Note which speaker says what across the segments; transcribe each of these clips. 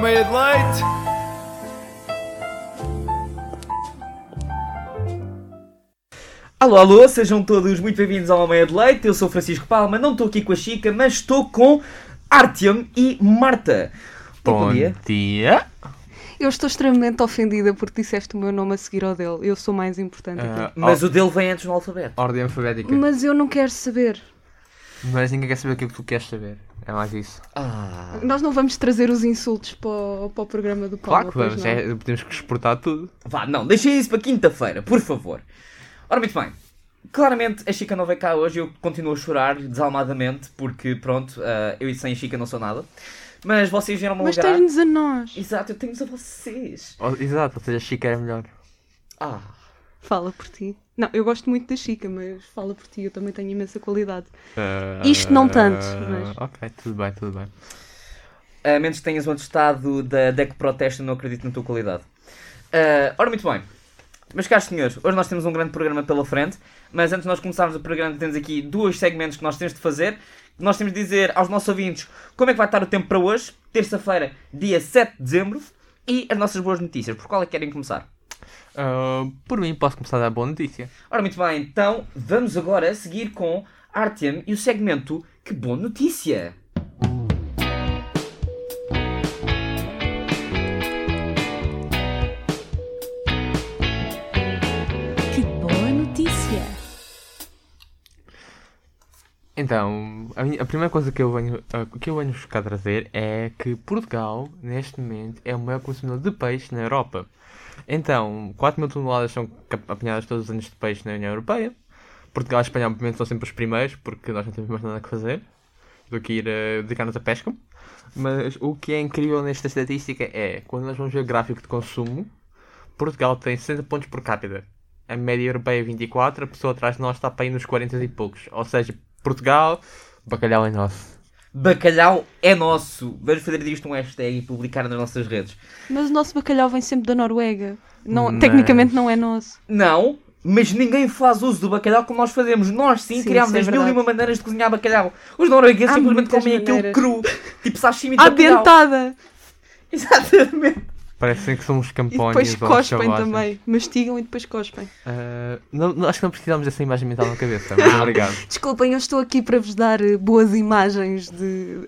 Speaker 1: made it late.
Speaker 2: Alô, alô, sejam todos muito bem-vindos ao Almeia de Leite. Eu sou o Francisco Palma, não estou aqui com a Chica, mas estou com Artyom e Marta.
Speaker 3: Bom dia.
Speaker 4: Eu estou extremamente ofendida porque disseste o meu nome a seguir ao dele. Eu sou mais importante. aqui.
Speaker 3: Ah,
Speaker 2: Mas
Speaker 3: or-
Speaker 2: o dele vem antes no alfabeto.
Speaker 3: Ordem alfabética. Mas...
Speaker 4: Mas eu não quero saber.
Speaker 3: ninguém quer saber aquilo que tu queres saber. É mais isso.
Speaker 2: Ah,
Speaker 4: Nós não vamos trazer os insultos para o, para o programa do Paulo.
Speaker 3: Claro que
Speaker 4: Oh, pois
Speaker 3: vamos.
Speaker 4: não.
Speaker 3: é- podemos exportar tudo.
Speaker 2: vá, não, deixem isso para quinta-feira, por favor. Ora, muito bem. Claramente a Chica não veio cá hoje, eu continuo a chorar desalmadamente, porque pronto, ah, eu e sem a Chica não sou nada. Mas vocês vieram-me
Speaker 4: Mas
Speaker 2: alegrar.
Speaker 4: tens-nos a nós.
Speaker 2: Exato, eu tenho-vos a vocês.
Speaker 3: Oh, exato, ou seja, Chica era melhor.
Speaker 2: Ah,
Speaker 4: Fala por ti. Não, eu gosto muito da Chica, mas fala por ti. Eu também tenho imensa qualidade. Isto não tanto, mas-
Speaker 3: Ah, Ok, tudo bem, tudo bem.
Speaker 2: A menos que tenhas um atestado da DEC Protesta, não acredito na tua qualidade. Ah, ora, muito bem. Meus caros senhores, hoje nós temos um grande programa pela frente, mas antes de nós começarmos o programa, temos aqui dois segmentos que nós temos de fazer. Nós temos de dizer aos nossos ouvintes como é que vai estar o tempo para hoje, terça-feira, dia 7 de dezembro, e as nossas boas notícias. Por qual é que querem começar?
Speaker 3: Ah, por mim, posso começar a dar boa notícia.
Speaker 2: Ora, muito bem, então vamos agora seguir com Artem e o segmento Que Boa Notícia!
Speaker 5: Que boa notícia!
Speaker 3: Então, a, minha- a primeira coisa que eu venho, ah, que eu venho cá trazer é que Portugal, neste momento, é o maior consumidor de peixe na Europa. Então, 4 mil toneladas são cap- apanhadas todos os anos de peixe na União Europeia. Portugal e Espanha, obviamente, são sempre os primeiros, porque nós não temos mais nada a fazer do que ir ah, dedicar-nos à pesca. Mas o que é incrível nesta estatística é, quando nós vamos ver o gráfico de consumo, Portugal tem 60 pontos por capita. A média europeia é 24, a pessoa atrás de nós está para aí nos 40 e poucos. Ou seja, Portugal, bacalhau é nosso.
Speaker 2: Bacalhau é nosso! Vamos fazer disto um hashtag e publicar nas nossas redes.
Speaker 4: Mas o nosso bacalhau vem sempre da Noruega. Não,
Speaker 3: Mas-
Speaker 4: Tecnicamente não é nosso.
Speaker 2: Não, mas ninguém faz uso do bacalhau como nós fazemos. Nós sim,
Speaker 4: Sim,
Speaker 2: criámos
Speaker 4: isso é
Speaker 2: as mil e uma
Speaker 4: verdade.
Speaker 2: maneiras de cozinhar bacalhau. Os noruegueses
Speaker 4: Há
Speaker 2: simplesmente
Speaker 4: muitas
Speaker 2: comem aquilo
Speaker 4: maneiras.
Speaker 2: cru, tipo sashimi de
Speaker 4: À
Speaker 2: bacalhau.
Speaker 4: dentada!
Speaker 2: Exatamente.
Speaker 3: Parecem que somos
Speaker 4: E
Speaker 3: campanhas
Speaker 4: depois
Speaker 3: ou
Speaker 4: cospem
Speaker 3: selvagens.
Speaker 4: também. Mastigam e depois cospem.
Speaker 3: Ah, não- não- acho que não precisamos dessa imagem mental na cabeça. Muito obrigado.
Speaker 4: Desculpem, eu estou aqui para vos dar eh, boas imagens de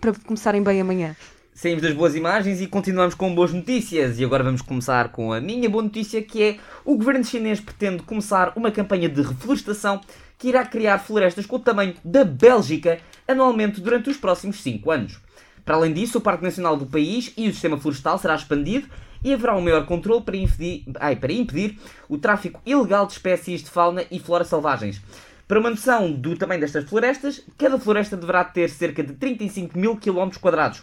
Speaker 4: para começarem bem amanhã.
Speaker 2: Saímos das boas imagens e continuamos com boas notícias. E agora vamos começar com a minha boa notícia, que é o governo chinês pretende começar uma campanha de reflorestação que irá criar florestas com o tamanho da Bélgica anualmente durante os próximos 5 anos. Para além disso, o Parque Nacional do país e o sistema florestal será expandido e haverá um maior controle para impedir, ai, para impedir o tráfico ilegal de espécies de fauna e flora selvagens. Para uma noção do tamanho destas florestas, cada floresta deverá ter cerca de 35 mil km quadrados.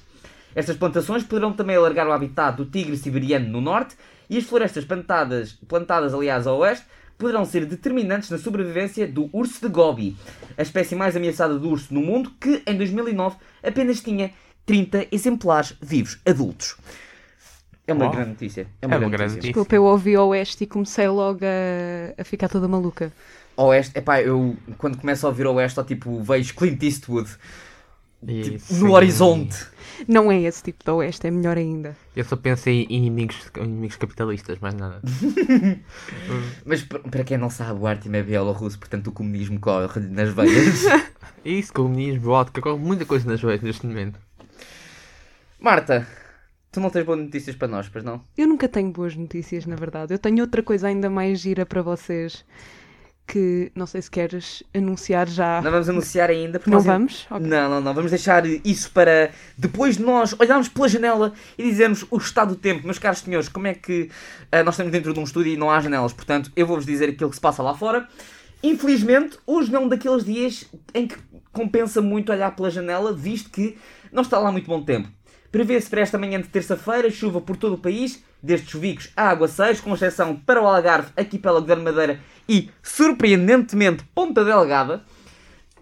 Speaker 2: Estas plantações poderão também alargar o habitat do tigre siberiano no norte e as florestas plantadas, plantadas aliás ao oeste poderão ser determinantes na sobrevivência do urso de Gobi, a espécie mais ameaçada do urso no mundo, que em 2009 apenas tinha 30 exemplares vivos adultos. É uma
Speaker 3: Uau.
Speaker 2: grande notícia. É
Speaker 3: uma grande notícia.
Speaker 4: Desculpa, eu ouvi o Oeste e comecei logo a, a ficar toda maluca.
Speaker 2: Oeste, epá, eu quando começo a ouvir Oeste, ó, tipo, vejo Clint Eastwood tipo,
Speaker 3: Isso, sim.
Speaker 2: no horizonte.
Speaker 4: Não é esse tipo de Oeste, é melhor ainda.
Speaker 3: Eu só pensei em inimigos, em inimigos capitalistas, mais nada.
Speaker 2: Mas pa- para quem não sabe, o Artem é bielorrusso, portanto o comunismo corre nas veias.
Speaker 3: Isso, comunismo, vodka, corre muita coisa nas veias neste momento.
Speaker 2: Marta, tu não tens boas notícias para nós, pois não?
Speaker 4: Eu nunca tenho boas notícias, na verdade. Eu tenho outra coisa ainda mais gira para vocês que não sei se queres anunciar já.
Speaker 2: Não vamos anunciar ainda porque
Speaker 4: Ah. Não
Speaker 2: nós ainda-
Speaker 4: vamos? Ok.
Speaker 2: Não, não, não. Vamos deixar isso para depois de nós olharmos pela janela e dizermos o estado do tempo. Meus caros senhores, como é que ah, nós estamos dentro de um estúdio e não há janelas? Portanto, eu vou-vos dizer aquilo que se passa lá fora. Infelizmente, hoje não é um daqueles dias em que compensa muito olhar pela janela, visto que não está lá muito bom tempo. Prevê-se para esta manhã de terça-feira chuva por todo o país, desde chuvicos a aguaceiros, com exceção para o Algarve, Arquipélago da Madeira e, surpreendentemente, Ponta Delgada.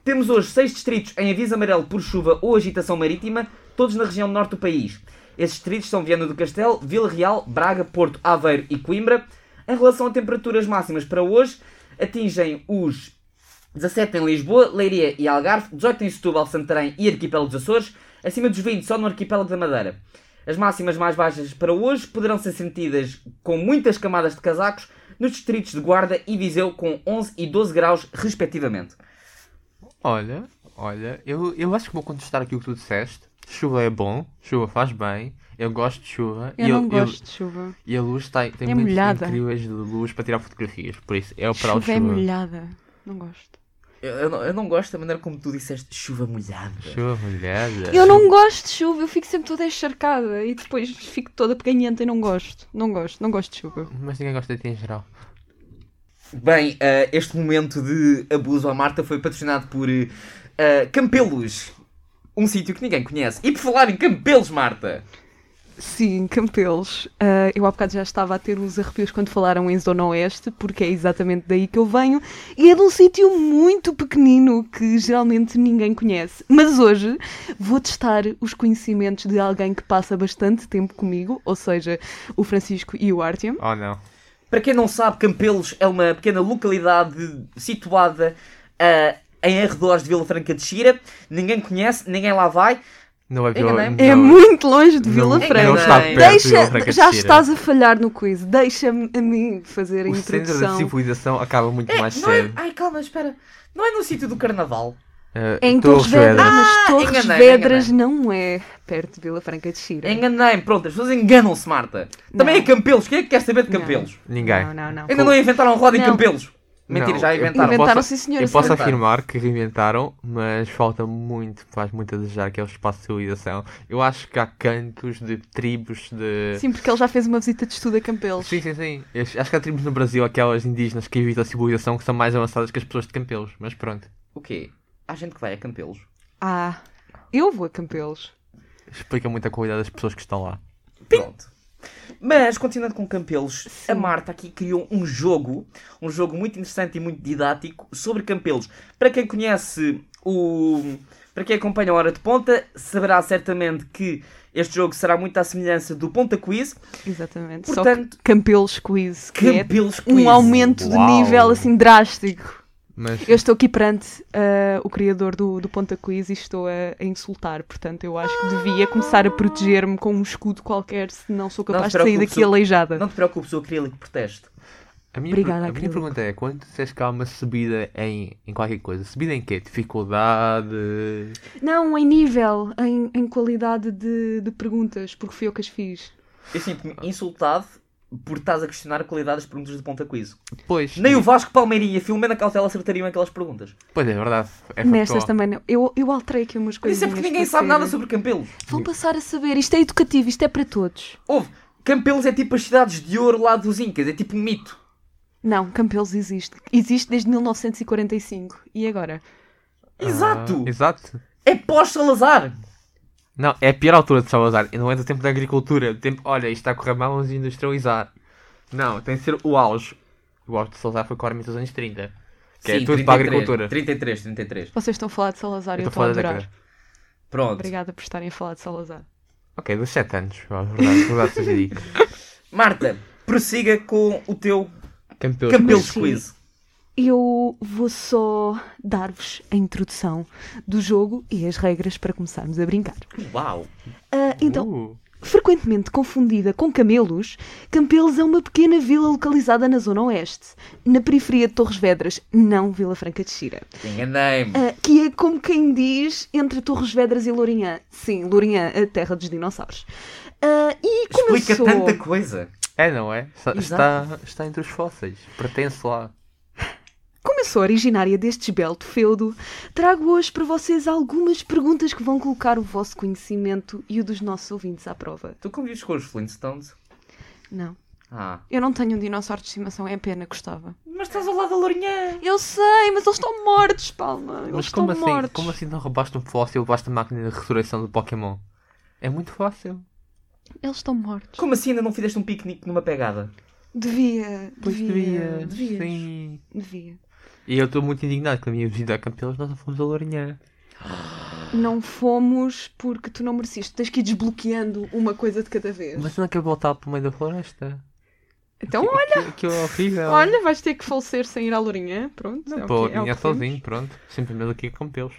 Speaker 2: Temos hoje seis distritos em aviso amarelo por chuva ou agitação marítima, todos na região norte do país. Esses distritos são Viana do Castelo, Vila Real, Braga, Porto, Aveiro e Coimbra. Em relação a temperaturas máximas para hoje, atingem os 17 em Lisboa, Leiria e Algarve, 18 em Setúbal, Santarém e Arquipélago dos Açores, acima dos 20 só no Arquipélago da Madeira. As máximas mais baixas para hoje poderão ser sentidas com muitas camadas de casacos nos distritos de Guarda e Viseu, com 11 e 12 graus, respectivamente.
Speaker 3: Olha, olha, eu, eu acho que vou contestar aqui o que tu disseste. Chuva é bom, chuva faz bem, eu gosto de chuva
Speaker 4: Eu
Speaker 3: e,
Speaker 4: não
Speaker 3: eu-
Speaker 4: gosto de chuva.
Speaker 3: e a luz tem, tem
Speaker 4: É
Speaker 3: momentos
Speaker 4: molhada.
Speaker 3: incríveis de luz para tirar fotografias, por isso é o para o
Speaker 4: Chuva
Speaker 3: chuva.
Speaker 4: é molhada. Não gosto.
Speaker 2: Eu, eu não, eu não gosto da maneira como tu disseste chuva molhada.
Speaker 3: Chuva molhada.
Speaker 4: Eu não gosto de chuva, eu fico sempre toda encharcada e depois fico toda peganhenta e não gosto. Não gosto, não gosto de chuva.
Speaker 3: Mas ninguém gosta de ti em geral.
Speaker 2: Bem, eh, este momento de abuso à Marta foi patrocinado por eh, eh, Campelos, um sítio que ninguém conhece. E por falar em Campelos, Marta!
Speaker 4: Sim, Campelos. Ah, eu há bocado já estava a ter uns arrepios quando falaram em Zona Oeste, porque é exatamente daí que eu venho. E é de um sítio muito pequenino que geralmente ninguém conhece. Mas hoje vou testar os conhecimentos de alguém que passa bastante tempo comigo, ou seja, o Francisco e o Artyom.
Speaker 3: Oh não.
Speaker 2: Para quem não sabe, Campelos é uma pequena localidade situada ah, em arredores de Vila Franca de Xira. Ninguém conhece, ninguém lá vai.
Speaker 3: Não é
Speaker 2: Enganei-me.
Speaker 3: violência.
Speaker 4: É muito longe de Vila
Speaker 3: não, é
Speaker 4: Franca.
Speaker 3: Não está
Speaker 2: Enganei.
Speaker 3: perto de Vila é Franca
Speaker 4: Deixa,
Speaker 3: de
Speaker 4: já
Speaker 3: Xira.
Speaker 4: estás a falhar no quiz. Deixa-me a mim fazer a
Speaker 3: O centro da
Speaker 4: introdução.
Speaker 3: civilização acaba muito mais
Speaker 2: não é...
Speaker 3: cedo.
Speaker 2: Ai, calma, espera. Não é no sítio do Carnaval.
Speaker 3: Eh,
Speaker 4: É em
Speaker 3: Torres
Speaker 4: Torres Vedras,
Speaker 3: Vedras.
Speaker 4: mas Torres
Speaker 2: enganei-me,
Speaker 4: Vedras não é perto de Vila Franca de Xira.
Speaker 2: Enganei-me, pronto, as pessoas enganam-se, Marta. Também
Speaker 4: Não.
Speaker 2: é Campelos, quem é que quer saber de
Speaker 4: Não.
Speaker 2: Campelos?
Speaker 3: Ninguém.
Speaker 4: Não, não, não.
Speaker 2: Ainda não inventaram roda em
Speaker 4: Não.
Speaker 2: Campelos. Mentira,
Speaker 3: Não,
Speaker 2: já
Speaker 3: eu-
Speaker 2: inventaram.
Speaker 3: eu posso-
Speaker 4: Inventaram, sim, senhora,
Speaker 3: Eu
Speaker 4: sim,
Speaker 3: posso
Speaker 2: inventaram.
Speaker 3: afirmar que reinventaram, mas falta muito, faz muito a desejar que é o espaço de civilização. Eu acho que há cantos de tribos de.
Speaker 4: Sim, porque ele já fez uma visita de estudo a Campelos.
Speaker 3: Sim, sim, sim. Eu acho que há tribos no Brasil, aquelas indígenas que evitam a civilização, que são mais avançadas que as pessoas de Campelos. Mas pronto.
Speaker 2: O quê? Há gente que vai a Campelos.
Speaker 4: Ah, eu vou a Campelos.
Speaker 3: Explica muito a qualidade das pessoas que estão lá.
Speaker 2: Pronto. Mas, continuando com Campelos, a Marta aqui criou um jogo, um jogo muito interessante e muito didático sobre Campelos. Para quem conhece o. Para quem acompanha a Hora de Ponta, saberá certamente que este jogo será muito à semelhança do Ponta Quiz.
Speaker 4: Exatamente.
Speaker 2: Portanto-
Speaker 4: Só que Campelos Quiz, que é
Speaker 2: Campelos Quiz.
Speaker 4: um aumento de
Speaker 3: Uau.
Speaker 4: nível assim drástico.
Speaker 3: Mas
Speaker 4: Eu estou aqui perante ah, o criador do, do Ponta Quiz e estou a, a insultar, portanto eu acho que devia começar a proteger-me com um escudo qualquer, se não sou capaz de sair
Speaker 2: preocupes,
Speaker 4: daqui
Speaker 2: eu-
Speaker 4: aleijada.
Speaker 2: Não te preocupes, o acrílico proteste.
Speaker 3: a minha, per-
Speaker 4: Obrigada, um.
Speaker 3: a minha
Speaker 4: querido.
Speaker 3: pergunta é: quando tu disseste que há uma subida em, em qualquer coisa, subida em quê? Dificuldade?
Speaker 4: Não, em nível, em, em qualidade de, de perguntas, porque fui eu que as fiz.
Speaker 2: Eu sinto-me insultado por estás a questionar a qualidade das perguntas do Ponta Quiz.
Speaker 3: Pois.
Speaker 2: Nem o Vasco Palmeirinha e Filomena Cautela acertariam aquelas perguntas.
Speaker 3: Pois é, verdade. É
Speaker 4: Nestas
Speaker 3: factual.
Speaker 4: também não. Eu, eu alterei aqui umas
Speaker 2: Mas
Speaker 4: coisas.
Speaker 2: Isso é porque ninguém sabe nada sobre Campelos.
Speaker 4: Vão passar a saber, isto é educativo, isto é para todos.
Speaker 2: Houve. Campelos é tipo as cidades de ouro lá dos Incas, é tipo um mito.
Speaker 4: Não, Campelos existe. Existe desde 1945. E agora?
Speaker 2: Exato!
Speaker 3: Ah, exato.
Speaker 2: É pós-Salazar!
Speaker 3: Não, é a pior altura de Salazar. E não é do tempo da agricultura. Do tempo, olha, isto está a correr mal, vamos industrializar. Não, tem de ser o auge. O auge de Salazar foi claramente dos anos 30. Que é
Speaker 2: Sim,
Speaker 3: tudo para a
Speaker 2: 33,
Speaker 3: agricultura.
Speaker 2: 33, 33.
Speaker 4: Vocês estão a falar de Salazar
Speaker 3: Eu
Speaker 4: e eu
Speaker 3: estou a
Speaker 4: estou a
Speaker 3: falar da
Speaker 4: adorar.
Speaker 3: década.
Speaker 2: Pronto.
Speaker 4: Obrigada por estarem a falar de Salazar.
Speaker 3: Ok, dos 7 anos. Vá, Verdade, verdade seja dita.
Speaker 2: Marta, prossiga com o teu
Speaker 3: Campeões.
Speaker 2: Campelos
Speaker 4: sim.
Speaker 2: Quiz.
Speaker 4: Eu vou só dar-vos a introdução do jogo e as regras para começarmos a brincar.
Speaker 2: Uau!
Speaker 4: Ah, então,
Speaker 3: Uh,
Speaker 4: Frequentemente confundida com Camelos, Campelos é uma pequena vila localizada na Zona Oeste, na periferia de Torres Vedras, não Vila Franca de Xira,
Speaker 2: Enganei-me.
Speaker 4: Ah, que é como quem diz entre Torres Vedras e Lourinhã. Sim, Lourinhã, a terra dos dinossauros. Ah, e
Speaker 2: Explica
Speaker 4: começou...
Speaker 2: tanta coisa.
Speaker 3: é, não é? Está, está,
Speaker 2: Exato.
Speaker 3: está entre os fósseis. Pertence lá.
Speaker 4: Começou originária deste belo feudo, trago hoje para vocês algumas perguntas que vão colocar o vosso conhecimento e o dos nossos ouvintes à prova.
Speaker 2: Tu convives com os Flintstones?
Speaker 4: Não,
Speaker 2: Ah.
Speaker 4: eu não tenho um dinossauro de estimação, é pena, gostava.
Speaker 2: Mas estás ao lado da Lourinhã.
Speaker 4: Eu sei, mas eles estão mortos, Palma. Eles
Speaker 3: Mas
Speaker 4: estão
Speaker 3: como assim,
Speaker 4: mortos.
Speaker 3: como assim não roubaste um fóssil e levaste a máquina de restauração do Pokémon? É muito fácil.
Speaker 4: Eles estão mortos.
Speaker 2: Como assim ainda não fizeste um piquenique numa pegada?
Speaker 4: Devia, devia,
Speaker 3: devias,
Speaker 4: devia, devia.
Speaker 3: Sim. E eu estou muito indignado que na minha visita a Campeões nós não fomos a Lourinhã.
Speaker 4: Não fomos porque tu não mereciste. Tens que ir desbloqueando uma coisa de cada vez.
Speaker 3: Mas eu não quero voltar para o meio da floresta.
Speaker 4: Então,
Speaker 3: Olha! Aquilo é horrível.
Speaker 4: olha, vais ter que falecer sem ir à Lourinhã. Pronto. é o
Speaker 3: Pô,
Speaker 4: que- é o
Speaker 3: tinha
Speaker 4: que temos.
Speaker 3: sozinho, pronto. Simplesmente aqui com pelos.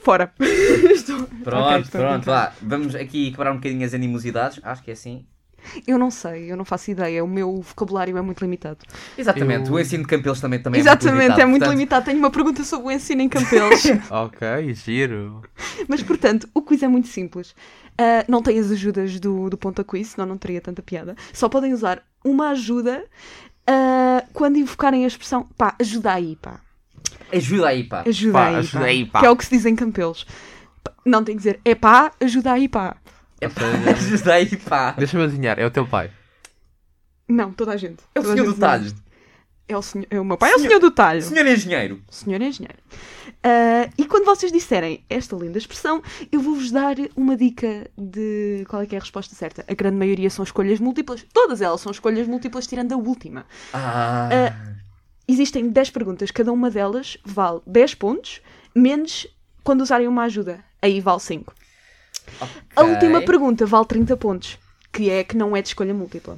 Speaker 4: Fora. Estou-
Speaker 2: Pronto,
Speaker 4: Ok, estou a
Speaker 2: pronto,
Speaker 4: brincar.
Speaker 2: vá. Vamos aqui quebrar um bocadinho as animosidades. Acho que é assim.
Speaker 4: Eu não sei, eu não faço ideia. O meu vocabulário é muito limitado.
Speaker 2: Exatamente.
Speaker 3: Eu-
Speaker 2: O ensino de Campelos também, também
Speaker 4: Exatamente, é muito
Speaker 2: portanto,
Speaker 4: limitado. Tenho uma pergunta sobre o ensino em Campelos.
Speaker 3: Ok, giro.
Speaker 4: Mas, portanto, o quiz é muito simples. Ah, não tem as ajudas do, do Ponta Quiz, senão não teria tanta piada. Só podem usar uma ajuda ah, quando invocarem a expressão pá, ajuda aí, pá.
Speaker 2: Ajuda aí, pá.
Speaker 4: Ajuda
Speaker 3: Pá,
Speaker 4: aí, pá.
Speaker 3: ajuda aí, pá.
Speaker 4: Que é o que se diz em Campelos. Pá, Não tem que dizer é pá, ajuda aí, pá.
Speaker 2: É pá, ajuda aí, pá.
Speaker 3: Deixa-me adivinhar, é o teu pai.
Speaker 4: Não, toda a gente.
Speaker 2: É o
Speaker 4: Toda a
Speaker 2: senhor
Speaker 4: gente
Speaker 2: do talho.
Speaker 4: É o senhor. é O meu pai é o
Speaker 2: Senhor-
Speaker 4: senhor do talho.
Speaker 2: Senhor engenheiro.
Speaker 4: Senhor engenheiro. Ah, e quando vocês disserem esta linda expressão, eu vou-vos dar uma dica de qual é que é a resposta certa. A grande maioria são escolhas múltiplas. Todas elas são escolhas múltiplas, tirando a última.
Speaker 2: Ah.
Speaker 4: Existem 10 perguntas. Cada uma delas vale 10 pontos, menos quando usarem uma ajuda. Aí vale 5. A
Speaker 2: ok.
Speaker 4: última pergunta vale 30 pontos, que é que não é de escolha múltipla.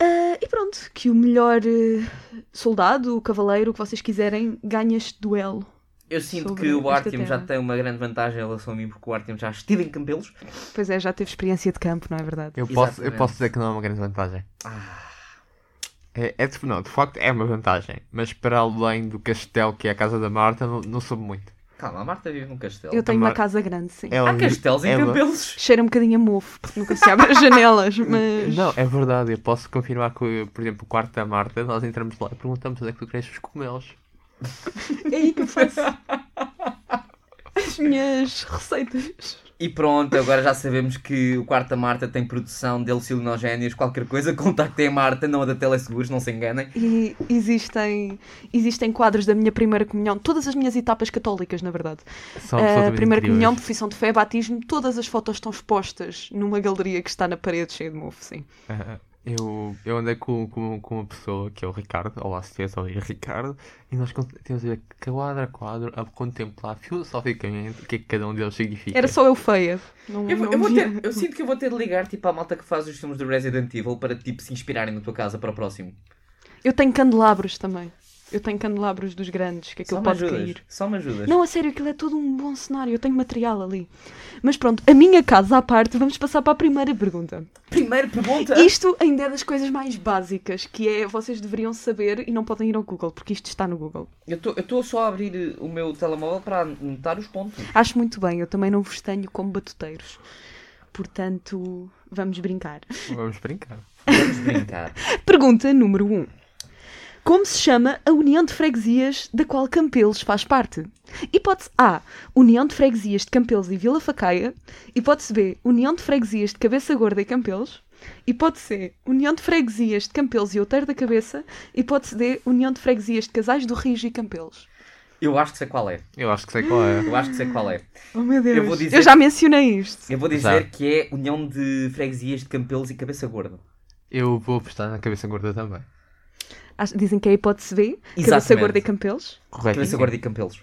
Speaker 4: Ah, e pronto, que o melhor eh, soldado, o cavaleiro, o que vocês quiserem, ganha este duelo.
Speaker 2: Eu sinto
Speaker 4: sobre
Speaker 2: que o
Speaker 4: esta
Speaker 2: Artyom já
Speaker 4: terra.
Speaker 2: tem uma grande vantagem em relação a mim, porque o Artyom já esteve em Campelos.
Speaker 4: Pois é, já teve experiência de campo, não é verdade?
Speaker 3: Eu posso, eu
Speaker 2: Exatamente.
Speaker 3: posso dizer que não é uma grande vantagem.
Speaker 2: Ah,
Speaker 3: É, é de- não, de facto é uma vantagem. Mas para além do castelo que é a casa da Marta, não, não soube muito.
Speaker 2: Calma, a Marta vive num castelo.
Speaker 4: Eu tenho uma
Speaker 3: Tamara-
Speaker 4: casa grande, sim.
Speaker 3: Ela
Speaker 2: Há
Speaker 3: vi-
Speaker 2: castelos em
Speaker 3: ela-
Speaker 2: Campelos.
Speaker 4: Cheira um bocadinho a mofo, porque nunca se abre as janelas, mas.
Speaker 3: Não, é verdade. Eu posso confirmar que, por exemplo, o quarto da Marta, nós entramos lá e perguntamos onde é que tu cresces os cogumelos.
Speaker 4: É aí que eu faço as minhas receitas.
Speaker 2: E pronto, agora já sabemos que o quarto da Marta tem produção de alucinogénios, qualquer coisa, contactem a Marta, não a da Teleseguros, não se enganem.
Speaker 4: E existem, existem quadros da minha primeira comunhão, todas as minhas etapas católicas, na verdade.
Speaker 3: São
Speaker 4: Eh,
Speaker 3: absolutamente
Speaker 4: primeira
Speaker 3: incríveis.
Speaker 4: comunhão, profissão de fé, batismo, todas as fotos estão expostas numa galeria que está na parede cheia de mofo, sim.
Speaker 3: Ah, Eu, eu andei com, com, com uma pessoa que é o Ricardo, olá César, olá Ricardo, e nós con- temos a ver quadro a quadro a contemplar filosoficamente o que é que cada um deles significa.
Speaker 4: Era só eu feia. Não,
Speaker 2: Eu, vou-
Speaker 4: não
Speaker 2: eu vou
Speaker 4: havia-
Speaker 2: ter- eu sinto que eu vou ter de ligar tipo, à malta que faz os filmes do Resident Evil para tipo, se inspirarem na tua casa para o próximo.
Speaker 4: Eu tenho candelabros também. Eu tenho candelabros dos grandes, É que
Speaker 2: Só
Speaker 4: aquilo
Speaker 2: me,
Speaker 4: pode
Speaker 2: ajudas,
Speaker 4: cair.
Speaker 2: só me ajudas.
Speaker 4: Não, a sério, aquilo é todo um bom cenário. Eu tenho material ali. Mas pronto, a minha casa à parte, vamos passar para a primeira pergunta.
Speaker 2: Primeira pergunta.
Speaker 4: Isto ainda é das coisas mais básicas, que é vocês deveriam saber e não podem ir ao Google, porque isto está no Google.
Speaker 2: Eu estou só a abrir eh, o meu telemóvel para anotar os pontos.
Speaker 4: Acho muito bem, eu também não vos tenho como batuteiros. Portanto, vamos brincar.
Speaker 3: Vamos brincar.
Speaker 2: Vamos brincar.
Speaker 4: Pergunta número 1. Como se chama a União de Freguesias da qual Campelos faz parte? Hipótese A. União de Freguesias de Campelos e Vila Facaia. Hipótese B. União de Freguesias de Cabeça Gorda e Campelos. Hipótese C. União de Freguesias de Campelos e Outeiro da Cabeça. Hipótese D. União de Freguesias de Casais do Rijo e Campelos.
Speaker 2: Eu acho que sei qual é.
Speaker 3: Eu acho que sei qual é.
Speaker 2: Eu acho que sei qual é.
Speaker 4: Oh meu Deus,
Speaker 2: Eu vou dizer-
Speaker 4: eu já mencionei isto.
Speaker 2: Eu vou dizer que é União de Freguesias de Campelos e Cabeça Gorda.
Speaker 3: Eu vou apostar na cabeça gorda também.
Speaker 4: Acho- Dizem que é a hipótese B. Cabeça
Speaker 2: Exatamente.
Speaker 4: Gorda e Campelos.
Speaker 3: Correto.
Speaker 2: Cabeça Gorda e Campelos.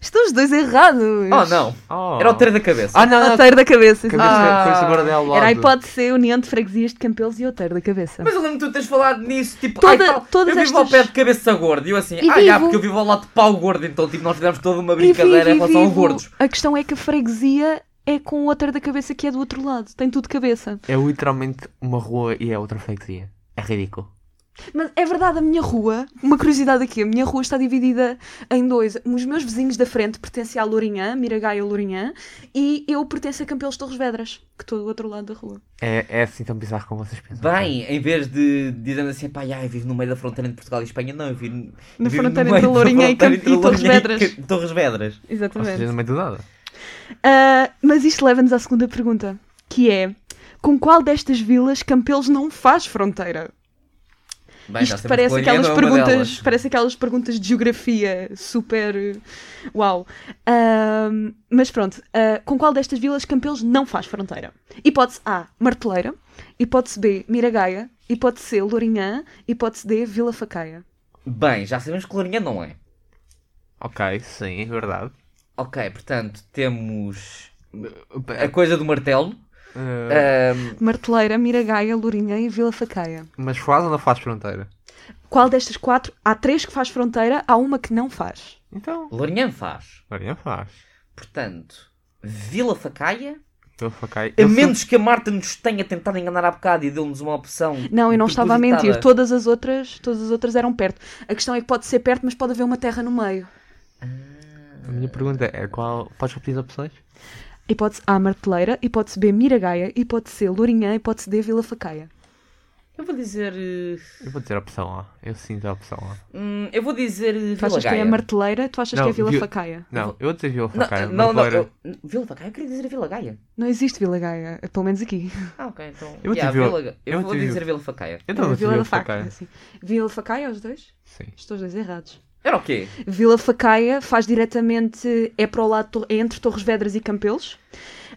Speaker 4: Estão os dois errados.
Speaker 2: Oh, não.
Speaker 3: Oh.
Speaker 2: Era o ter da cabeça.
Speaker 3: Ah, não, não.
Speaker 4: Outeiro da Cabeça.
Speaker 3: Cabeça,
Speaker 2: Ah.
Speaker 3: cabeça gorda é ao lado.
Speaker 4: tá. Era a hipótese ser união de freguesias de Campelos e Outeiro da Cabeça.
Speaker 2: Mas eu lembro-me tu teres falado nisso, tipo,
Speaker 4: Toda-
Speaker 2: ai, tal,
Speaker 4: todas
Speaker 2: eu vivo ao
Speaker 4: estas-
Speaker 2: pé de cabeça gorda. E eu assim,
Speaker 4: E
Speaker 2: ah, já,
Speaker 4: vivo.
Speaker 2: porque eu vivo ao lado de pau gordo. Então, tipo, nós fizemos toda uma
Speaker 4: E vivo,
Speaker 2: brincadeira é em
Speaker 4: e
Speaker 2: relação a
Speaker 4: vivo.
Speaker 2: gordos.
Speaker 4: A questão é que a freguesia é com o Outeiro da Cabeça que é do outro lado. Tem tudo cabeça.
Speaker 3: É literalmente uma rua e é outra freguesia. É ridículo.
Speaker 4: Mas é verdade, a minha rua, uma curiosidade aqui, a minha rua está dividida em dois. Os meus vizinhos da frente pertencem à Lourinhã, Miragaia Lourinhã, e eu pertenço a Campelos de Torres Vedras, que estou do outro lado da rua.
Speaker 3: É, é assim tão bizarro como vocês pensam.
Speaker 2: Bem, em vez de dizermos assim, pá, ai, eu vivo no meio da fronteira entre Portugal e Espanha, não, eu vivo, eu
Speaker 4: Na
Speaker 2: vivo
Speaker 4: fronteira
Speaker 2: no meio
Speaker 4: entre
Speaker 2: da
Speaker 4: Lourinhã
Speaker 2: fronteira
Speaker 4: e Camp-
Speaker 2: entre
Speaker 4: e Torres
Speaker 2: Lourinhã
Speaker 4: Vedras.
Speaker 2: Ca- Torres Vedras.
Speaker 3: Ou seja,
Speaker 4: Exatamente.
Speaker 3: no meio do nada.
Speaker 4: Ah, mas isto leva-nos à segunda pergunta, que é: com qual destas vilas Campelos não faz fronteira?
Speaker 2: Bem, já sabemos
Speaker 4: Isto parece
Speaker 2: que Lourinhã
Speaker 4: aquelas,
Speaker 2: não é uma
Speaker 4: perguntas,
Speaker 2: delas.
Speaker 4: parece aquelas perguntas de geografia super. eh, Uau! Ahm, mas pronto, ah, com qual destas vilas Campelos não faz fronteira? Hipótese A, Marteleira. Hipótese B, Miragaia. Hipótese C, Lourinhã. Hipótese D, Vila Facaia.
Speaker 2: Bem, já sabemos que Lourinhã não é.
Speaker 3: Ok, sim, é verdade.
Speaker 2: Ok, portanto, temos a coisa do martelo.
Speaker 3: Eh,
Speaker 2: Ahm,
Speaker 4: Marteleira, Miragaia, Lourinhã e Vila Facaia.
Speaker 3: mas faz ou não faz fronteira?
Speaker 4: Qual destas quatro? Há três que faz fronteira, há uma que não faz.
Speaker 3: Então.
Speaker 2: Lourinhã faz.
Speaker 3: Lourinhã faz.
Speaker 2: Portanto, Vila Facaia.
Speaker 3: Então, ok.
Speaker 2: A
Speaker 3: Eu sou-
Speaker 2: É menos que a Marta nos tenha tentado enganar há bocado e deu-nos uma opção.
Speaker 4: Não, eu não estava a mentir.
Speaker 2: propositada.
Speaker 4: Todas as outras, todas as outras eram perto. A questão é que pode ser perto, mas pode haver uma terra no meio.
Speaker 3: A minha pergunta é qual. Podes repetir as opções?
Speaker 4: Hipótese A, Marteleira. Hipótese B, Miragaia. Hipótese C, Lourinhã. Hipótese D, Vila Facaia.
Speaker 2: Eu vou dizer. eh,
Speaker 3: Eu vou dizer a opção A. Eu sinto a opção A.
Speaker 2: hum, eu vou dizer. eh,
Speaker 4: Tu
Speaker 2: Vila
Speaker 4: achas que é a
Speaker 2: Gaia.
Speaker 4: Marteleira? Tu achas
Speaker 3: Não,
Speaker 4: que é Vila
Speaker 3: vi-
Speaker 4: Facaia?
Speaker 3: Não, eu vou dizer Vila
Speaker 2: Não,
Speaker 3: Facaia.
Speaker 2: não, não,
Speaker 3: Marteleira.
Speaker 2: eu- Vila Facaia, eu queria dizer a Vila Gaia.
Speaker 4: Não existe Vila Gaia, pelo menos aqui.
Speaker 2: Ah, ok, então.
Speaker 3: Eu vou
Speaker 2: yeah,
Speaker 3: dizer Vila-
Speaker 2: Vila Ga-
Speaker 3: eu
Speaker 2: Eu
Speaker 3: vou
Speaker 2: vou
Speaker 3: dizer-
Speaker 2: dizer Vila Facaia.
Speaker 3: Eu não vou
Speaker 4: Era
Speaker 3: dizer Então, Vila Facaia.
Speaker 4: Facaia, sim. Vila Facaia, os dois?
Speaker 3: Sim.
Speaker 4: Estou os dois errados.
Speaker 2: Era o quê?
Speaker 4: Vila Facaia faz diretamente, é para o lado, de Tor- é entre Torres Vedras e Campelos.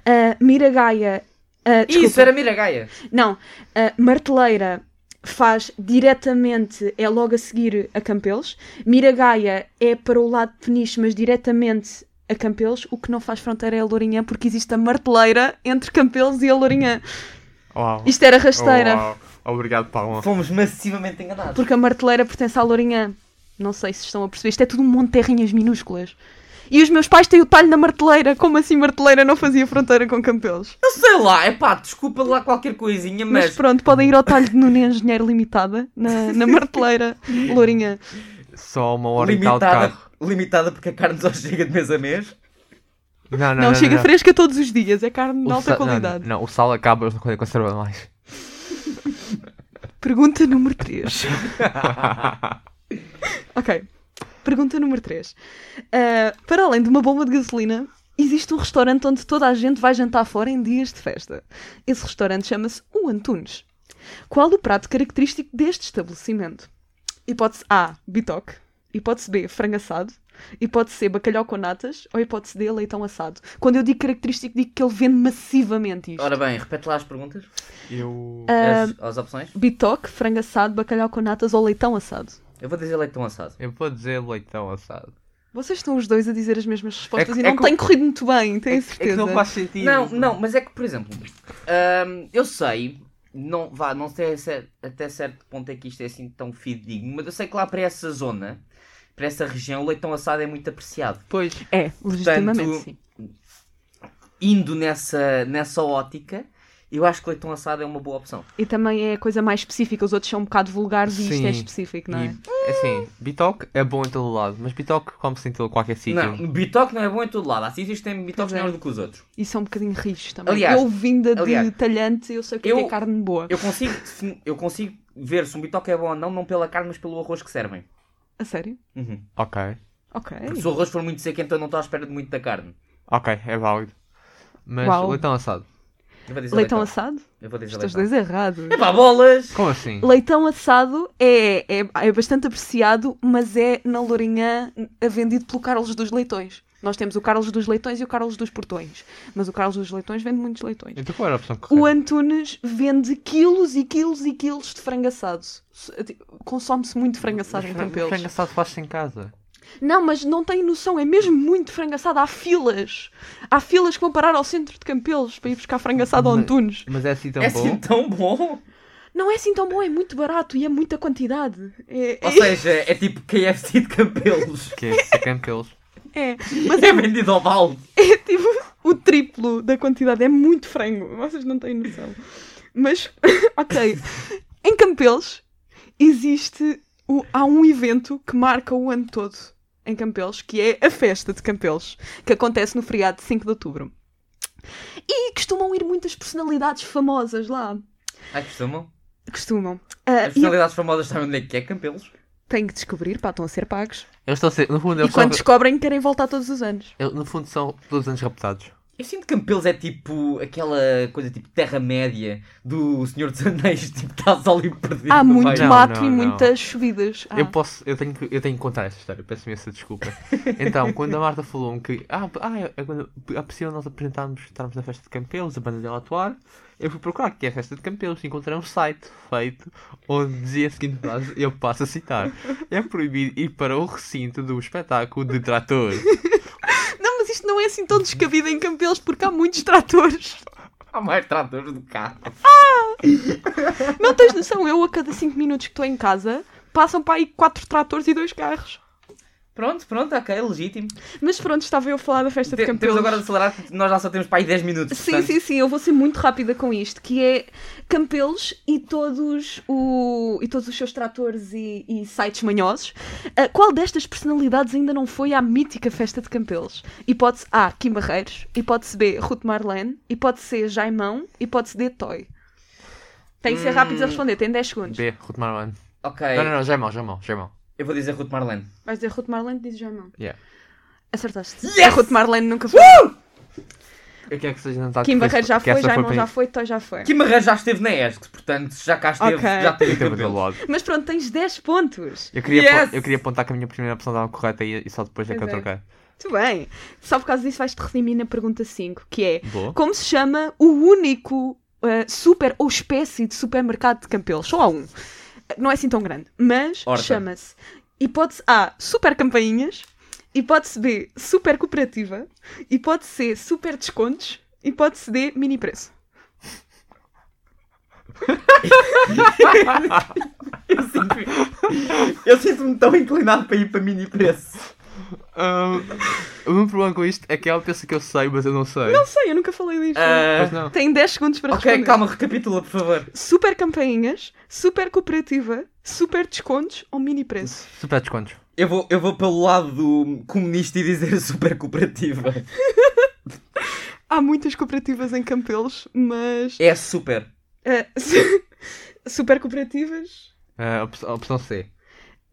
Speaker 4: Ah, Miragaia, ah, desculpa,
Speaker 2: Isso, era Miragaia.
Speaker 4: não, ah, Marteleira faz diretamente, é logo a seguir a Campelos. Miragaia é para o lado de Peniche, mas diretamente a Campelos. O que não faz fronteira é a Lourinhã, porque existe a Marteleira entre Campelos e a Lourinhã.
Speaker 3: Uau.
Speaker 4: Isto era rasteira.
Speaker 3: Uau. Obrigado, Palma.
Speaker 2: Fomos massivamente enganados.
Speaker 4: Porque a marteleira pertence à Lourinhã. Não sei se estão a perceber. Isto é tudo um monte de terrinhas minúsculas. E os meus pais têm o talho da marteleira. Como assim marteleira não fazia fronteira com Campelos?
Speaker 2: Eu sei lá, é pá, desculpa lá qualquer coisinha,
Speaker 4: Mas,
Speaker 2: mas.
Speaker 4: pronto, podem ir ao talho de Nunes Engenheiro Limitada, na, na marteleira Lourinhã.
Speaker 3: Só uma hora e tal de
Speaker 2: limitada,
Speaker 3: carro.
Speaker 2: limitada porque a carne só chega de mês a mês.
Speaker 3: Não, não,
Speaker 4: Não,
Speaker 3: não, não,
Speaker 4: chega
Speaker 3: não.
Speaker 4: fresca todos os dias. É carne de
Speaker 3: O
Speaker 4: alta
Speaker 3: sal- não,
Speaker 4: qualidade.
Speaker 3: Não, não, o sal acaba, eles não conseguem conservar mais.
Speaker 4: Pergunta número 3. ok. Pergunta número 3. para além de uma bomba de gasolina, existe um restaurante onde toda a gente vai jantar fora em dias de festa. Esse restaurante chama-se O Antunes. Qual o prato característico deste estabelecimento? Hipótese A, bitoque. Hipótese B, frango assado. Hipótese C, bacalhau com natas. Ou hipótese D, leitão assado. Quando eu digo característico, digo que ele vende massivamente isto.
Speaker 2: Ora bem, repete lá as perguntas.
Speaker 3: Eu.
Speaker 4: Ah.
Speaker 2: As, as opções.
Speaker 4: Bitoque, frango assado, bacalhau com natas ou leitão assado.
Speaker 2: Eu vou dizer leitão assado.
Speaker 3: Eu vou dizer leitão assado.
Speaker 4: Vocês estão os dois a dizer as mesmas respostas
Speaker 3: É que-
Speaker 4: e
Speaker 3: é
Speaker 4: não
Speaker 3: que-
Speaker 4: tem corrido muito bem, tenho
Speaker 3: É que
Speaker 4: certeza.
Speaker 3: não faz sentido.
Speaker 2: Não, não, mas é que, por exemplo, hum, eu sei, não, vá, não sei se- é até certo ponto é que isto é assim tão fidedigno, mas eu sei que lá para essa zona, para essa região, o leitão assado é muito apreciado.
Speaker 3: Pois.
Speaker 4: É, legitimamente
Speaker 2: Portanto,
Speaker 4: sim.
Speaker 2: Indo nessa, nessa ótica, eu acho que leitão assado é uma boa opção.
Speaker 4: E também é a coisa mais específica, os outros são um bocado vulgares e isto é
Speaker 3: Sim.
Speaker 4: específico, não é?
Speaker 3: E, assim, Bitoque é bom em todo lado, mas Bitoque come-se em todo qualquer sítio.
Speaker 2: Não, bitoque não é bom em todo lado. Há sítios que têm
Speaker 4: Pois
Speaker 2: bitoques
Speaker 4: é.
Speaker 2: melhores do que os outros.
Speaker 4: E são um bocadinho rijos também.
Speaker 2: Aliás-
Speaker 4: eu vinda de
Speaker 2: aliás,
Speaker 4: talhante, eu sei o que é
Speaker 2: eu-
Speaker 4: que é carne boa.
Speaker 2: Eu consigo, defin- eu consigo ver se um bitoque é bom ou não, não pela carne, mas pelo arroz que servem.
Speaker 4: A sério?
Speaker 2: Uhum.
Speaker 3: Ok.
Speaker 4: Ok.
Speaker 2: Porque se o arroz for muito seco, então não estou à espera de muito da carne.
Speaker 3: Ok, é válido. Mas
Speaker 4: Uau.
Speaker 3: leitão assado.
Speaker 2: Eu vou dizer
Speaker 4: Leitão
Speaker 2: leitão,
Speaker 4: assado?
Speaker 2: Eu vou dizer
Speaker 4: Estão os
Speaker 2: leitão.
Speaker 4: dois errados.
Speaker 2: Epá, bolas!
Speaker 3: Como assim?
Speaker 4: Leitão assado é, é, é bastante apreciado, mas é na Lourinhã é vendido pelo Carlos dos Leitões. Nós temos o Carlos dos Leitões e o Carlos dos Portões. Mas o Carlos dos Leitões vende muitos leitões.
Speaker 3: Então qual era a opção correta?
Speaker 4: O Antunes vende quilos e quilos e quilos de frango assado. Se- ti- Consome-se muito frango assado em
Speaker 3: Fran- Frango
Speaker 4: Campelos.
Speaker 3: assado faz-se em casa.
Speaker 4: Não, mas não têm noção, é mesmo muito frango assado. Há filas. Há filas que vão parar ao centro de Campelos para ir buscar frango assado ao
Speaker 3: Mas-
Speaker 4: Antunes.
Speaker 3: Mas é assim tão
Speaker 2: é
Speaker 3: bom.
Speaker 2: assim tão bom!
Speaker 4: Não é assim tão bom, é muito barato e é muita quantidade. É,
Speaker 2: Ou
Speaker 4: é,
Speaker 2: seja, é tipo KFC de campelos.
Speaker 3: Que é Campelos.
Speaker 4: é. Mas
Speaker 2: É vendido ao balde.
Speaker 4: é tipo o triplo da quantidade. É muito frango. Vocês não têm noção. Mas, ok. Em Campelos existe. O, há um evento que marca o ano todo em Campelos, que é a festa de Campelos, que acontece no feriado de 5 de outubro. E costumam ir muitas personalidades famosas lá.
Speaker 2: Ai, costumam?
Speaker 4: Costumam. Ah,
Speaker 2: As
Speaker 4: e eu
Speaker 2: personalidades famosas sabem onde é que é campelos?
Speaker 4: tenho que descobrir, pá, estão a ser pagos.
Speaker 3: Eu estou a ser, no fundo, eu
Speaker 4: e quando
Speaker 3: sou-
Speaker 4: descobrem, querem voltar todos os anos.
Speaker 3: eu- no fundo são todos anos raptados.
Speaker 2: Eu sinto que Campelos é tipo aquela coisa tipo Terra-média do Senhor dos Anéis, tipo, estás ali perdido.
Speaker 4: Há
Speaker 2: no
Speaker 4: muito
Speaker 2: meio.
Speaker 3: Não,
Speaker 4: mato
Speaker 3: não,
Speaker 4: e
Speaker 3: não.
Speaker 4: muitas subidas. Ah.
Speaker 3: Eu posso, eu tenho, que, eu tenho que contar esta história, peço imensa desculpa. Então, quando a Marta falou-me que ah, ah, é, é quando é possível nós apresentarmos, estarmos na festa de Campelos, a banda dela atuar, eu fui procurar o que é a festa de Campelos e encontrei um site feito onde dizia a seguinte frase, eu passo a citar, é proibido ir para o recinto do espetáculo de trator.
Speaker 4: Não, mas isto não é assim tão descabido em Campelos porque há muitos tratores.
Speaker 2: Há mais tratores do carro.
Speaker 4: Não tens noção, eu a cada 5 minutos que estou em casa, passam para aí 4 tratores e dois carros.
Speaker 2: Pronto, pronto, ok, legítimo.
Speaker 4: Mas pronto, estava eu a falar da festa de
Speaker 2: Te-
Speaker 4: campeões.
Speaker 2: temos agora de acelerar, porque nós já só temos para aí 10 minutos.
Speaker 4: é Sim,
Speaker 2: portanto,
Speaker 4: sim, sim, eu vou ser muito rápida com isto, que é Campelos e todos, o, e todos os seus tratores e, e sites manhosos. Ah, qual destas personalidades ainda não foi à mítica festa de Campelos? Hipótese A, Kim Barreiros. Hipótese B, Ruth Marlene. Hipótese C, Jaimão. Hipótese D, Toy. Tem que ser
Speaker 2: Hum.
Speaker 4: rápidos a responder, tem 10 segundos.
Speaker 3: B, Ruth Marwan.
Speaker 2: Ok,
Speaker 3: Não, não, não, já é mal, já é mal, já é mal.
Speaker 2: eu vou dizer Ruth Marlene.
Speaker 4: Vais dizer Ruth Marlene, diz Jaimão.
Speaker 3: Yeah.
Speaker 4: Acertaste.
Speaker 2: Yes!
Speaker 4: A Ruth Marlene nunca foi.
Speaker 3: Eu quero que seja notado
Speaker 4: Kim
Speaker 3: que
Speaker 4: Barreiros já
Speaker 3: que essa
Speaker 4: foi, Jaimão
Speaker 3: para-
Speaker 4: já foi, Toy já foi.
Speaker 2: Kim Arranjo já esteve na ESC, portanto, já cá esteve,
Speaker 4: Ok.
Speaker 2: já teve
Speaker 3: Eu quero ver
Speaker 2: cabelo.
Speaker 3: logo.
Speaker 4: Mas pronto, tens 10 pontos.
Speaker 3: Eu queria,
Speaker 2: Yes!
Speaker 3: apo- eu queria apontar que a minha primeira opção estava correta e, e só depois é que eu
Speaker 4: Pois é.
Speaker 3: troquei.
Speaker 4: Muito bem. Só por causa disso vais-te redimir na pergunta 5, que é
Speaker 3: Boa.
Speaker 4: como se chama o único eh, super ou espécie de supermercado de Campelos? Só há um. Não é assim tão grande, mas
Speaker 2: Horta.
Speaker 4: chama-se hipótese A, super campainhas, hipótese B, super cooperativa, hipótese C, super descontos, hipótese D, mini preço.
Speaker 2: Eu sinto- Eu sinto-me tão inclinado para ir para mini preço.
Speaker 3: Ah, o meu problema com isto é que ela pensa que eu sei, mas eu não sei.
Speaker 4: Não sei, eu nunca falei disto.
Speaker 2: Ah,
Speaker 3: Mas não.
Speaker 4: Tem 10 segundos para
Speaker 2: ok,
Speaker 4: responder.
Speaker 2: calma, recapitula, por favor.
Speaker 4: Super campainhas, super cooperativa, super descontos ou mini preço?
Speaker 3: Super descontos.
Speaker 2: Eu vou, eu vou pelo lado do comunista e dizer super cooperativa.
Speaker 4: Há muitas cooperativas em Campelos, mas.
Speaker 2: É super.
Speaker 4: eh, su- super cooperativas.
Speaker 3: Ah, a opção, a opção C.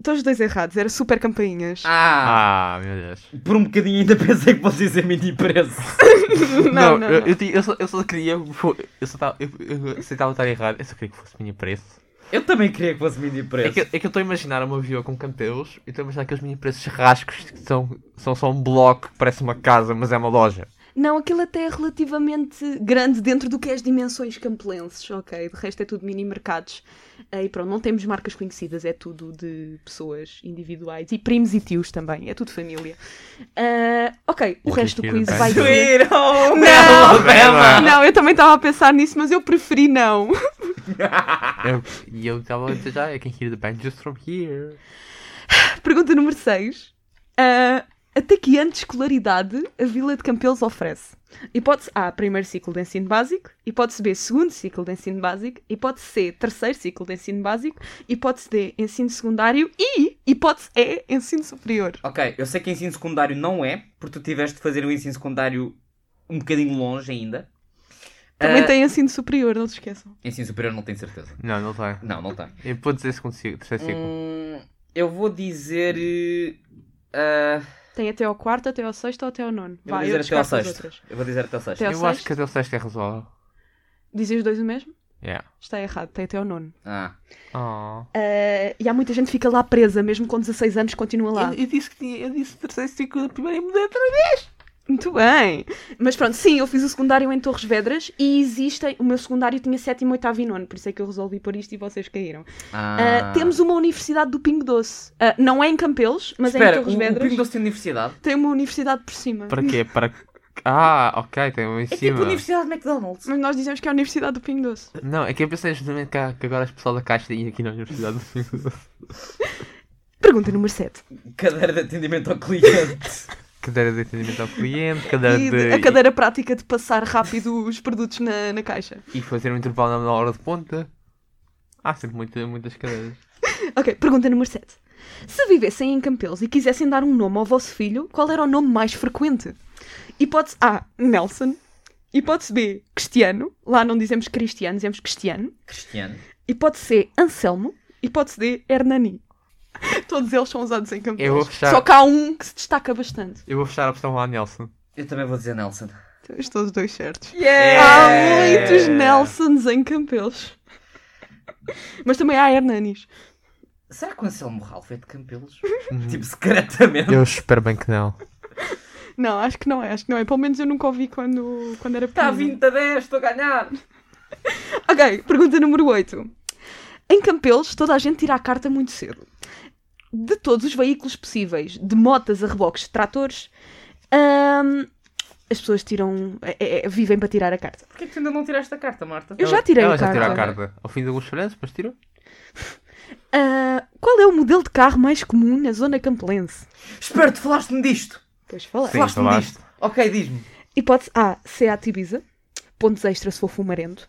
Speaker 4: Todos os dois errados, era super campainhas.
Speaker 2: Ah,
Speaker 3: Ah, meu Deus.
Speaker 2: por um bocadinho ainda pensei que fosse dizer mini preço.
Speaker 4: não, não, não.
Speaker 3: Eu, eu, tinha- eu só, eu só queria. Eu só estava. Eu, eu aceitava estar errado. Eu só queria que fosse mini preço.
Speaker 2: Eu também queria que fosse mini
Speaker 3: É
Speaker 2: preço.
Speaker 3: que, é que eu estou a imaginar uma viola com campelos e estou a imaginar aqueles mini preços rascos que são, são só um bloco que parece uma casa, mas é uma loja.
Speaker 4: Não, aquilo até é relativamente grande dentro do que é as dimensões campelenses, ok? De resto é tudo mini mercados. Eh, E pronto, não temos marcas conhecidas, é tudo de pessoas individuais e primos e tios também, é tudo família. Ah, ok, o
Speaker 3: E
Speaker 4: resto do
Speaker 3: riqueza,
Speaker 4: quiz
Speaker 3: bem.
Speaker 4: vai ser.
Speaker 2: Sweet home
Speaker 4: Não!
Speaker 2: Alabama.
Speaker 4: Não, eu também estava a pensar nisso, mas eu preferi não.
Speaker 3: Eu- E eu estava a dizer "Ah, já, I can hear the band just from here.
Speaker 4: Pergunta número 6. até que ano de escolaridade a Vila de Campelos oferece? Hipótese A, primeiro ciclo de ensino básico. Hipótese B, segundo ciclo de ensino básico. Hipótese C, terceiro ciclo de ensino básico. Hipótese D, ensino secundário. E hipótese E, ensino superior.
Speaker 2: Ok, eu sei que ensino secundário não é, porque tu tiveste de fazer um ensino secundário um bocadinho longe ainda.
Speaker 4: Também
Speaker 2: Ah,
Speaker 4: tem ensino superior, não se esqueçam.
Speaker 2: Ensino superior não tenho certeza.
Speaker 3: Não, não sei.
Speaker 2: Não, não tem.
Speaker 3: Eu vou dizer segundo ciclo, terceiro ciclo.
Speaker 2: Hum, eu vou dizer. eh, ah,
Speaker 4: Tem até ao quarto, até ao sexto ou até ao nono.
Speaker 2: eu vou
Speaker 4: Vai,
Speaker 2: dizer
Speaker 4: eu
Speaker 2: até ao
Speaker 4: descarto as
Speaker 2: sexto.
Speaker 4: outras.
Speaker 2: Eu vou dizer até ao sexto.
Speaker 4: Até ao
Speaker 3: eu acho
Speaker 4: sexto?
Speaker 3: que até o sexto é razoável.
Speaker 4: Dizem os dois o mesmo?
Speaker 3: Yeah.
Speaker 4: Está errado, tem até ao nono.
Speaker 2: Ah.
Speaker 3: Oh.
Speaker 4: Ah, e há muita gente que fica lá presa, mesmo com 16 anos continua lá.
Speaker 3: disse que tinha, eu disse terceiro ciclo da primeira e mudei
Speaker 4: Muito bem. Mas pronto, sim, eu fiz o secundário em Torres Vedras e existem. O meu secundário tinha sétimo, oitavo e nono, por isso é que eu resolvi pôr isto e vocês caíram. Ah,
Speaker 2: Ah.
Speaker 4: temos uma universidade do Pingo Doce. Ah, não é em Campelos, mas é em
Speaker 2: Espera, o,
Speaker 4: Torres
Speaker 2: o
Speaker 4: Vedras.
Speaker 2: Pingo Doce tem universidade?
Speaker 4: Tem uma universidade por cima.
Speaker 3: Para quê? Para. Ah, ok, tem um em
Speaker 2: É
Speaker 3: cima.
Speaker 2: tipo a Universidade de McDonald's.
Speaker 4: Mas nós dizemos que é a Universidade do Pingo Doce.
Speaker 3: Não, é que eu pensei justamente que, há- que agora as pessoas da Caixa têm aqui na Universidade do Sul.
Speaker 4: Pergunta número 7.
Speaker 2: Cadeira de atendimento ao cliente.
Speaker 3: Cadeira de atendimento ao cliente, cadeira
Speaker 4: e
Speaker 3: de.
Speaker 4: a cadeira prática de passar rápido os produtos na, na caixa.
Speaker 3: E fazer um intervalo na- na hora de ponta. Há sempre muita- muitas cadeiras.
Speaker 4: Ok, pergunta número 7. Se vivessem em Campelos e quisessem dar um nome ao vosso filho, qual era o nome mais frequente? Hipótese A, Nelson. Hipótese B, Cristiano. Lá não dizemos Cristiano, dizemos Cristiano.
Speaker 2: Cristiano.
Speaker 4: Hipótese C, Anselmo. Hipótese D, Hernani. Todos eles são usados em
Speaker 3: Eu vou
Speaker 4: Campelos.
Speaker 3: fechar-
Speaker 4: Só que há um que se destaca bastante.
Speaker 3: Eu vou fechar a opção lá, Nelson.
Speaker 2: Eu também vou dizer Nelson.
Speaker 4: Então, Estou os dois certos.
Speaker 3: É,
Speaker 4: Há
Speaker 2: Yeah!
Speaker 4: muitos Nelsons em Campelos. Mas também há Hernanis.
Speaker 2: Será que o Anselmo Ralph é de Campelos? tipo, secretamente.
Speaker 3: Uhum. Eu espero bem que não.
Speaker 4: Não, acho que não é, acho que não é. Pelo menos eu nunca ouvi quando, quando era
Speaker 2: Está
Speaker 4: pequena.
Speaker 2: 20 a 10, estou a ganhar.
Speaker 4: Ok, pergunta número 8. Em Campelos, toda a gente tira a carta muito cedo. De todos os veículos possíveis, de motas a reboques, de tratores, hum, as pessoas tiram. é- é- vivem para tirar a carta.
Speaker 3: Ah,
Speaker 2: Porquê que tu ainda não tiraste a carta, Marta?
Speaker 4: Eu já tirei
Speaker 3: Ela
Speaker 4: a
Speaker 3: já
Speaker 4: carta.
Speaker 3: tirou a carta. Ao fim de alguns esperanças, depois tirou.
Speaker 4: Ah, qual é o modelo de carro mais comum na zona campelense?
Speaker 2: Espero, tu falaste-me disto.
Speaker 4: Pois falar.
Speaker 3: Sim,
Speaker 2: Falaste-me
Speaker 3: falaste.
Speaker 2: disto. Ok, diz-me.
Speaker 4: Hipótese A, Seat Ibiza. Pontos extra se for fumarento.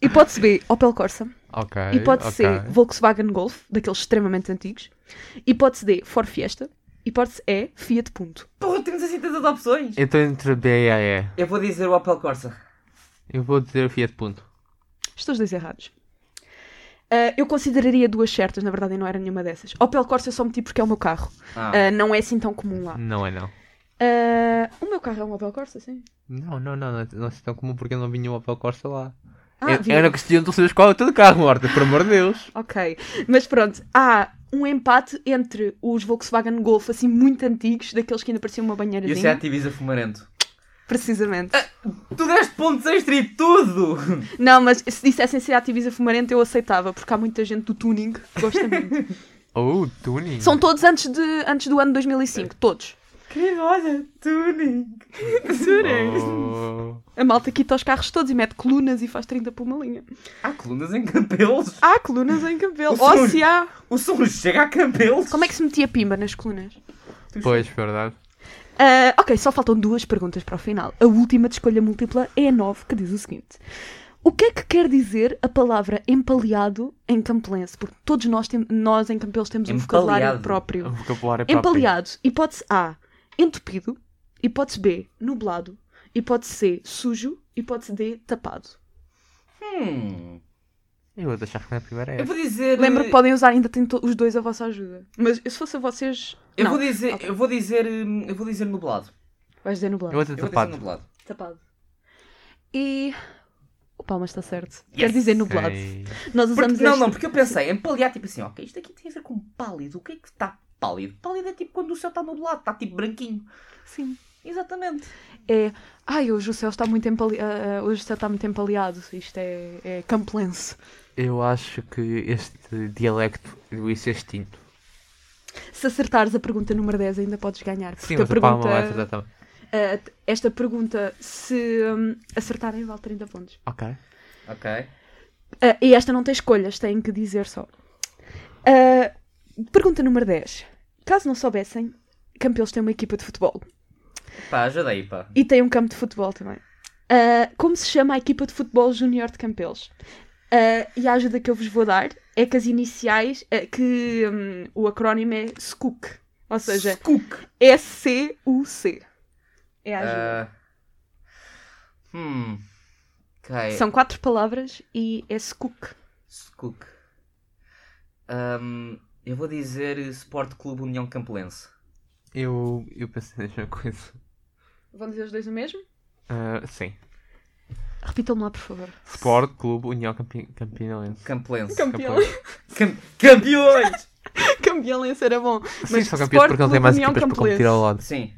Speaker 4: Hipótese B, Opel Corsa.
Speaker 3: ok.
Speaker 4: Hipótese
Speaker 3: ok.
Speaker 4: C, Volkswagen Golf, daqueles extremamente antigos. Hipótese D, Ford Fiesta. Hipótese E, Fiat Punto.
Speaker 2: Porra, temos assim tantas opções.
Speaker 3: Eu estou Então, entre B e A. E.
Speaker 2: Eu vou dizer o Opel Corsa.
Speaker 3: Eu vou dizer Fiat Punto.
Speaker 4: Estou os dois errados. Ah, eu consideraria duas certas, na verdade, e não era nenhuma dessas. Opel Corsa eu só meti porque é o meu carro.
Speaker 2: Ah. Uhum.
Speaker 4: Ah, não é assim tão comum lá.
Speaker 3: Não é não.
Speaker 4: Ah, o meu carro é um Opel Corsa, sim.
Speaker 3: Não, não, não, não é- não é tão comum porque eu não vinha o Opel Corsa lá.
Speaker 4: Ah,
Speaker 2: É,
Speaker 3: Eu-
Speaker 4: vi.
Speaker 3: Era questão de saberes qual é o teu carro, Morta, por amor de Deus.
Speaker 4: Ok, mas pronto, há um empate entre os Volkswagen Golf, assim, muito antigos, daqueles que ainda pareciam uma
Speaker 2: E o
Speaker 4: banheirazinha.
Speaker 2: Seat Ah. Ibiza fumarento.
Speaker 4: Precisamente.
Speaker 2: Tu deste pontos extra e tudo!
Speaker 4: Não, mas se dissessem ser ativista fumarenta, eu aceitava, porque há muita gente do tuning que gosta muito.
Speaker 3: Oh, tuning.
Speaker 4: São todos antes, de, antes do ano 2005, todos.
Speaker 2: Querido, olha, tuning!
Speaker 3: Oh.
Speaker 4: A malta quita os carros todos e mete colunas e faz 30 por uma linha.
Speaker 3: Oh.
Speaker 2: Há colunas em Campelos!
Speaker 4: Há colunas em cabelo.
Speaker 2: O
Speaker 4: Oh,
Speaker 2: sonho.
Speaker 4: se há.
Speaker 2: O som chega a Campelos!
Speaker 4: Como é que se metia pimba nas colunas?
Speaker 3: Pois, verdade.
Speaker 4: Ah, ok, só faltam duas perguntas para o final. A última de escolha múltipla é a 9, que diz o seguinte: O que é que quer dizer a palavra empaleado em campelense? Porque todos nós, tem, nós em campelos temos um vocabulário
Speaker 2: Empaleado.
Speaker 4: próprio.
Speaker 3: O
Speaker 4: É
Speaker 3: vocabulário é próprio.
Speaker 4: Empaleado, hipótese A, entupido, hipótese B, nublado, hipótese C, sujo, hipótese D, tapado.
Speaker 2: Hum,
Speaker 3: Eu vou deixar que na primeira é.
Speaker 2: eu vou dizer. eh,
Speaker 4: Lembro que podem usar, ainda têm to- os dois a vossa ajuda. Mas eu, se fosse a vocês.
Speaker 2: Eu
Speaker 4: não,
Speaker 2: vou dizer.
Speaker 4: Ok.
Speaker 2: Eu vou dizer. hum, Eu vou dizer nublado.
Speaker 4: vais dizer
Speaker 3: Eu
Speaker 4: nublado.
Speaker 3: vou dizer
Speaker 2: Eu vou dizer
Speaker 3: tapado.
Speaker 2: nublado.
Speaker 4: Tapado. E. O Palmas está certo.
Speaker 2: Yes!
Speaker 4: Quer dizer nublado.
Speaker 3: Ok.
Speaker 4: Nós usamos
Speaker 2: Porque, não,
Speaker 4: este-
Speaker 2: não, porque eu pensei em paliar, tipo assim, ok, isto aqui tem a ver com pálido. O que é que está pálido? Pálido é tipo quando o céu está nublado, está tipo branquinho.
Speaker 4: Sim.
Speaker 2: Exatamente.
Speaker 4: É. Ai, hoje o céu está muito empaleado. hoje o céu está muito empaleado. Isto é, é campelense.
Speaker 3: Eu acho que este dialecto devia ser é extinto.
Speaker 4: Se acertares a pergunta número 10, ainda podes ganhar. Porque
Speaker 3: Sim, mas
Speaker 4: a
Speaker 3: a palma
Speaker 4: pergunta. é-
Speaker 3: vai fazer também.
Speaker 4: Uh, t- esta pergunta, se hum, acertarem, vale 30 pontos.
Speaker 3: Ok.
Speaker 2: Ok.
Speaker 4: Uh, e esta não tem escolhas, têm que dizer só. Uh, pergunta número 10. Caso não soubessem, Campelos tem uma equipa de futebol.
Speaker 2: Pá, ajudei, pá.
Speaker 4: E tem um campo de futebol também. Uh, como se chama a equipa de futebol júnior de Campelos? Uh, e a ajuda que eu vos vou dar é que as iniciais, é que hum, o acrónimo é SCUC. Ou seja,
Speaker 2: Cook.
Speaker 4: S-C-U-C. É a ajuda.
Speaker 2: Ah, hum.
Speaker 3: Ah, é.
Speaker 2: Ok.
Speaker 4: São quatro palavras e é SCUC.
Speaker 2: Skook. Ahm, eu vou dizer Sport Clube União Campelense.
Speaker 3: Eu, eu pensei na mesma coisa.
Speaker 4: Vão dizer os dois o mesmo?
Speaker 3: Ah, sim.
Speaker 4: Repitam-me lá, por favor.
Speaker 3: Sport Clube União Campi Campinoense.
Speaker 2: Campelense.
Speaker 4: Campeão.
Speaker 2: Cam- campeões!
Speaker 4: Campiolense era bom.
Speaker 3: Sim, são campeões porque não tem mais equipas para competir ao lado.
Speaker 2: Sim.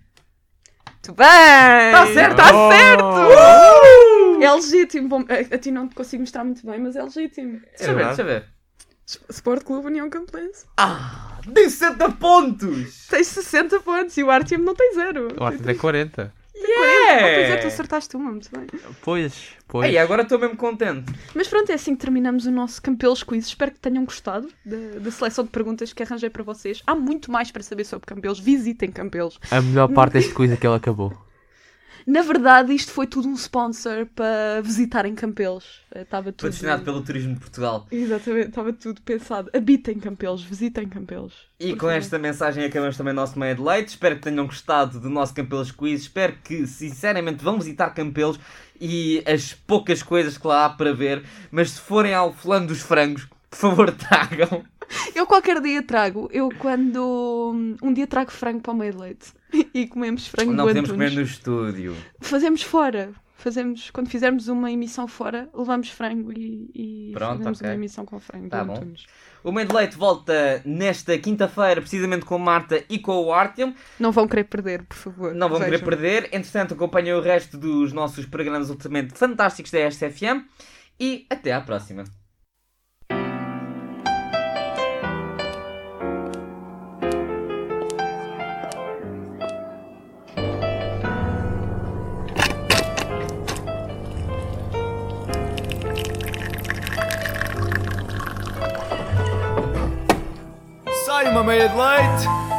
Speaker 4: Muito bem! Está
Speaker 2: certo! tá
Speaker 3: Oh!
Speaker 4: Está Tá certo! É legítimo. Bom, a, a ti não te consigo mostrar muito bem, mas é legítimo.
Speaker 2: Deixa eu ver,
Speaker 3: verdade.
Speaker 2: deixa eu ver.
Speaker 4: S- Sport Clube União Campelense.
Speaker 2: Ah! Dei 70 pontos!
Speaker 4: Tens 60 pontos e o Artem não tem zero.
Speaker 3: O Arte tem 40.
Speaker 4: Ah, pois é, tu
Speaker 2: Yeah!
Speaker 4: acertaste uma, muito bem.
Speaker 3: Pois, pois.
Speaker 2: Ei, agora estou mesmo contente.
Speaker 4: Mas pronto, é assim que terminamos o nosso Campelos Quiz. Espero que tenham gostado da, da seleção de perguntas que arranjei para vocês. Há muito mais para saber sobre Campelos. Visitem Campelos.
Speaker 3: A melhor parte deste quiz é que ele acabou.
Speaker 4: Na verdade, isto foi tudo um sponsor para visitarem Campelos. Eh, Estava tudo.
Speaker 2: Patrocinado pelo Turismo de Portugal.
Speaker 4: Exatamente, estava tudo pensado. Habitem Campelos, visitem Campelos.
Speaker 2: E
Speaker 4: Por
Speaker 2: com
Speaker 4: favor.
Speaker 2: esta mensagem acabamos também o nosso meio de leite. Espero que tenham gostado do nosso Campelos Quiz. Espero que, sinceramente, vão visitar Campelos e as poucas coisas que lá há para ver. Mas se forem ao fulano dos frangos, por favor, tragam.
Speaker 4: Eu qualquer dia trago. Eu quando. Um dia trago frango para o meio de leite. E comemos frango
Speaker 2: Não
Speaker 4: do
Speaker 2: podemos comer
Speaker 4: Antunes.
Speaker 2: no estúdio.
Speaker 4: Fazemos fora. Fazemos, quando fizermos uma emissão fora, levamos frango e, e
Speaker 2: Pronto,
Speaker 4: fazemos
Speaker 2: ok.
Speaker 4: uma emissão com frango
Speaker 2: Tá
Speaker 4: do
Speaker 2: bom.
Speaker 4: Antunes.
Speaker 2: O Meio de Leite volta nesta quinta-feira, precisamente com a Marta e com o Artyom.
Speaker 4: Não vão querer perder, por favor.
Speaker 2: Não vão querer
Speaker 4: Vejam.
Speaker 2: perder. Entretanto, acompanhem o resto dos nossos programas absolutamente fantásticos da SFM. E até à próxima.
Speaker 1: uma meia de leite.